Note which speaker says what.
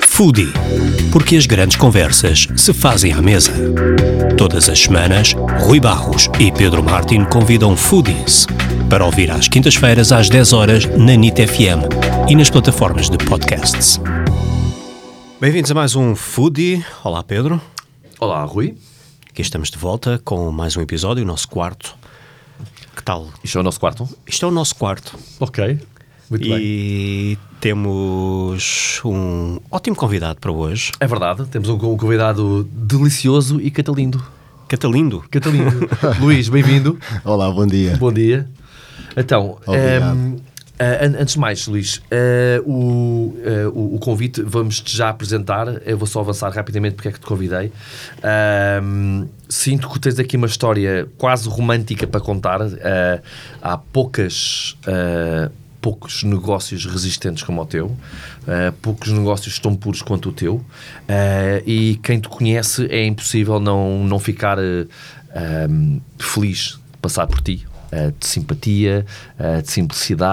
Speaker 1: Foodie, porque as grandes conversas se fazem à mesa. Todas as semanas, Rui Barros e Pedro Martin convidam foodies para ouvir às quintas-feiras às 10 horas na NIT FM e nas plataformas de podcasts. Bem-vindos a mais um Foodie. Olá, Pedro.
Speaker 2: Olá, Rui.
Speaker 1: Aqui estamos de volta com mais um episódio, o nosso quarto. Que tal?
Speaker 2: Isto é o nosso quarto?
Speaker 1: Isto é o nosso quarto
Speaker 2: Ok. Muito bem.
Speaker 1: e temos um ótimo convidado para hoje,
Speaker 2: É verdade, temos um, um convidado delicioso e catalindo.
Speaker 1: Catalindo.
Speaker 2: Catalindo. Luís, bem-vindo.
Speaker 3: Olá, bom dia.
Speaker 2: Bom dia. Então,
Speaker 3: Obrigado.
Speaker 2: ehm, ah, an- antes de mais, Luís, eh, o, eh, o, o convite vamos-te já apresentar. Eu vou só avançar rapidamente porque é que te convidei. Ahm, sinto que tens aqui uma história quase romântica para contar. Ah, há poucas. ah, Poucos negócios resistentes como o teu, ah, poucos negócios tão puros quanto o teu, ah, e quem te conhece é impossível não, não ficar ehm, ah, ahm, feliz de passar por ti, eh, de simpatia, eh, de simplicidade.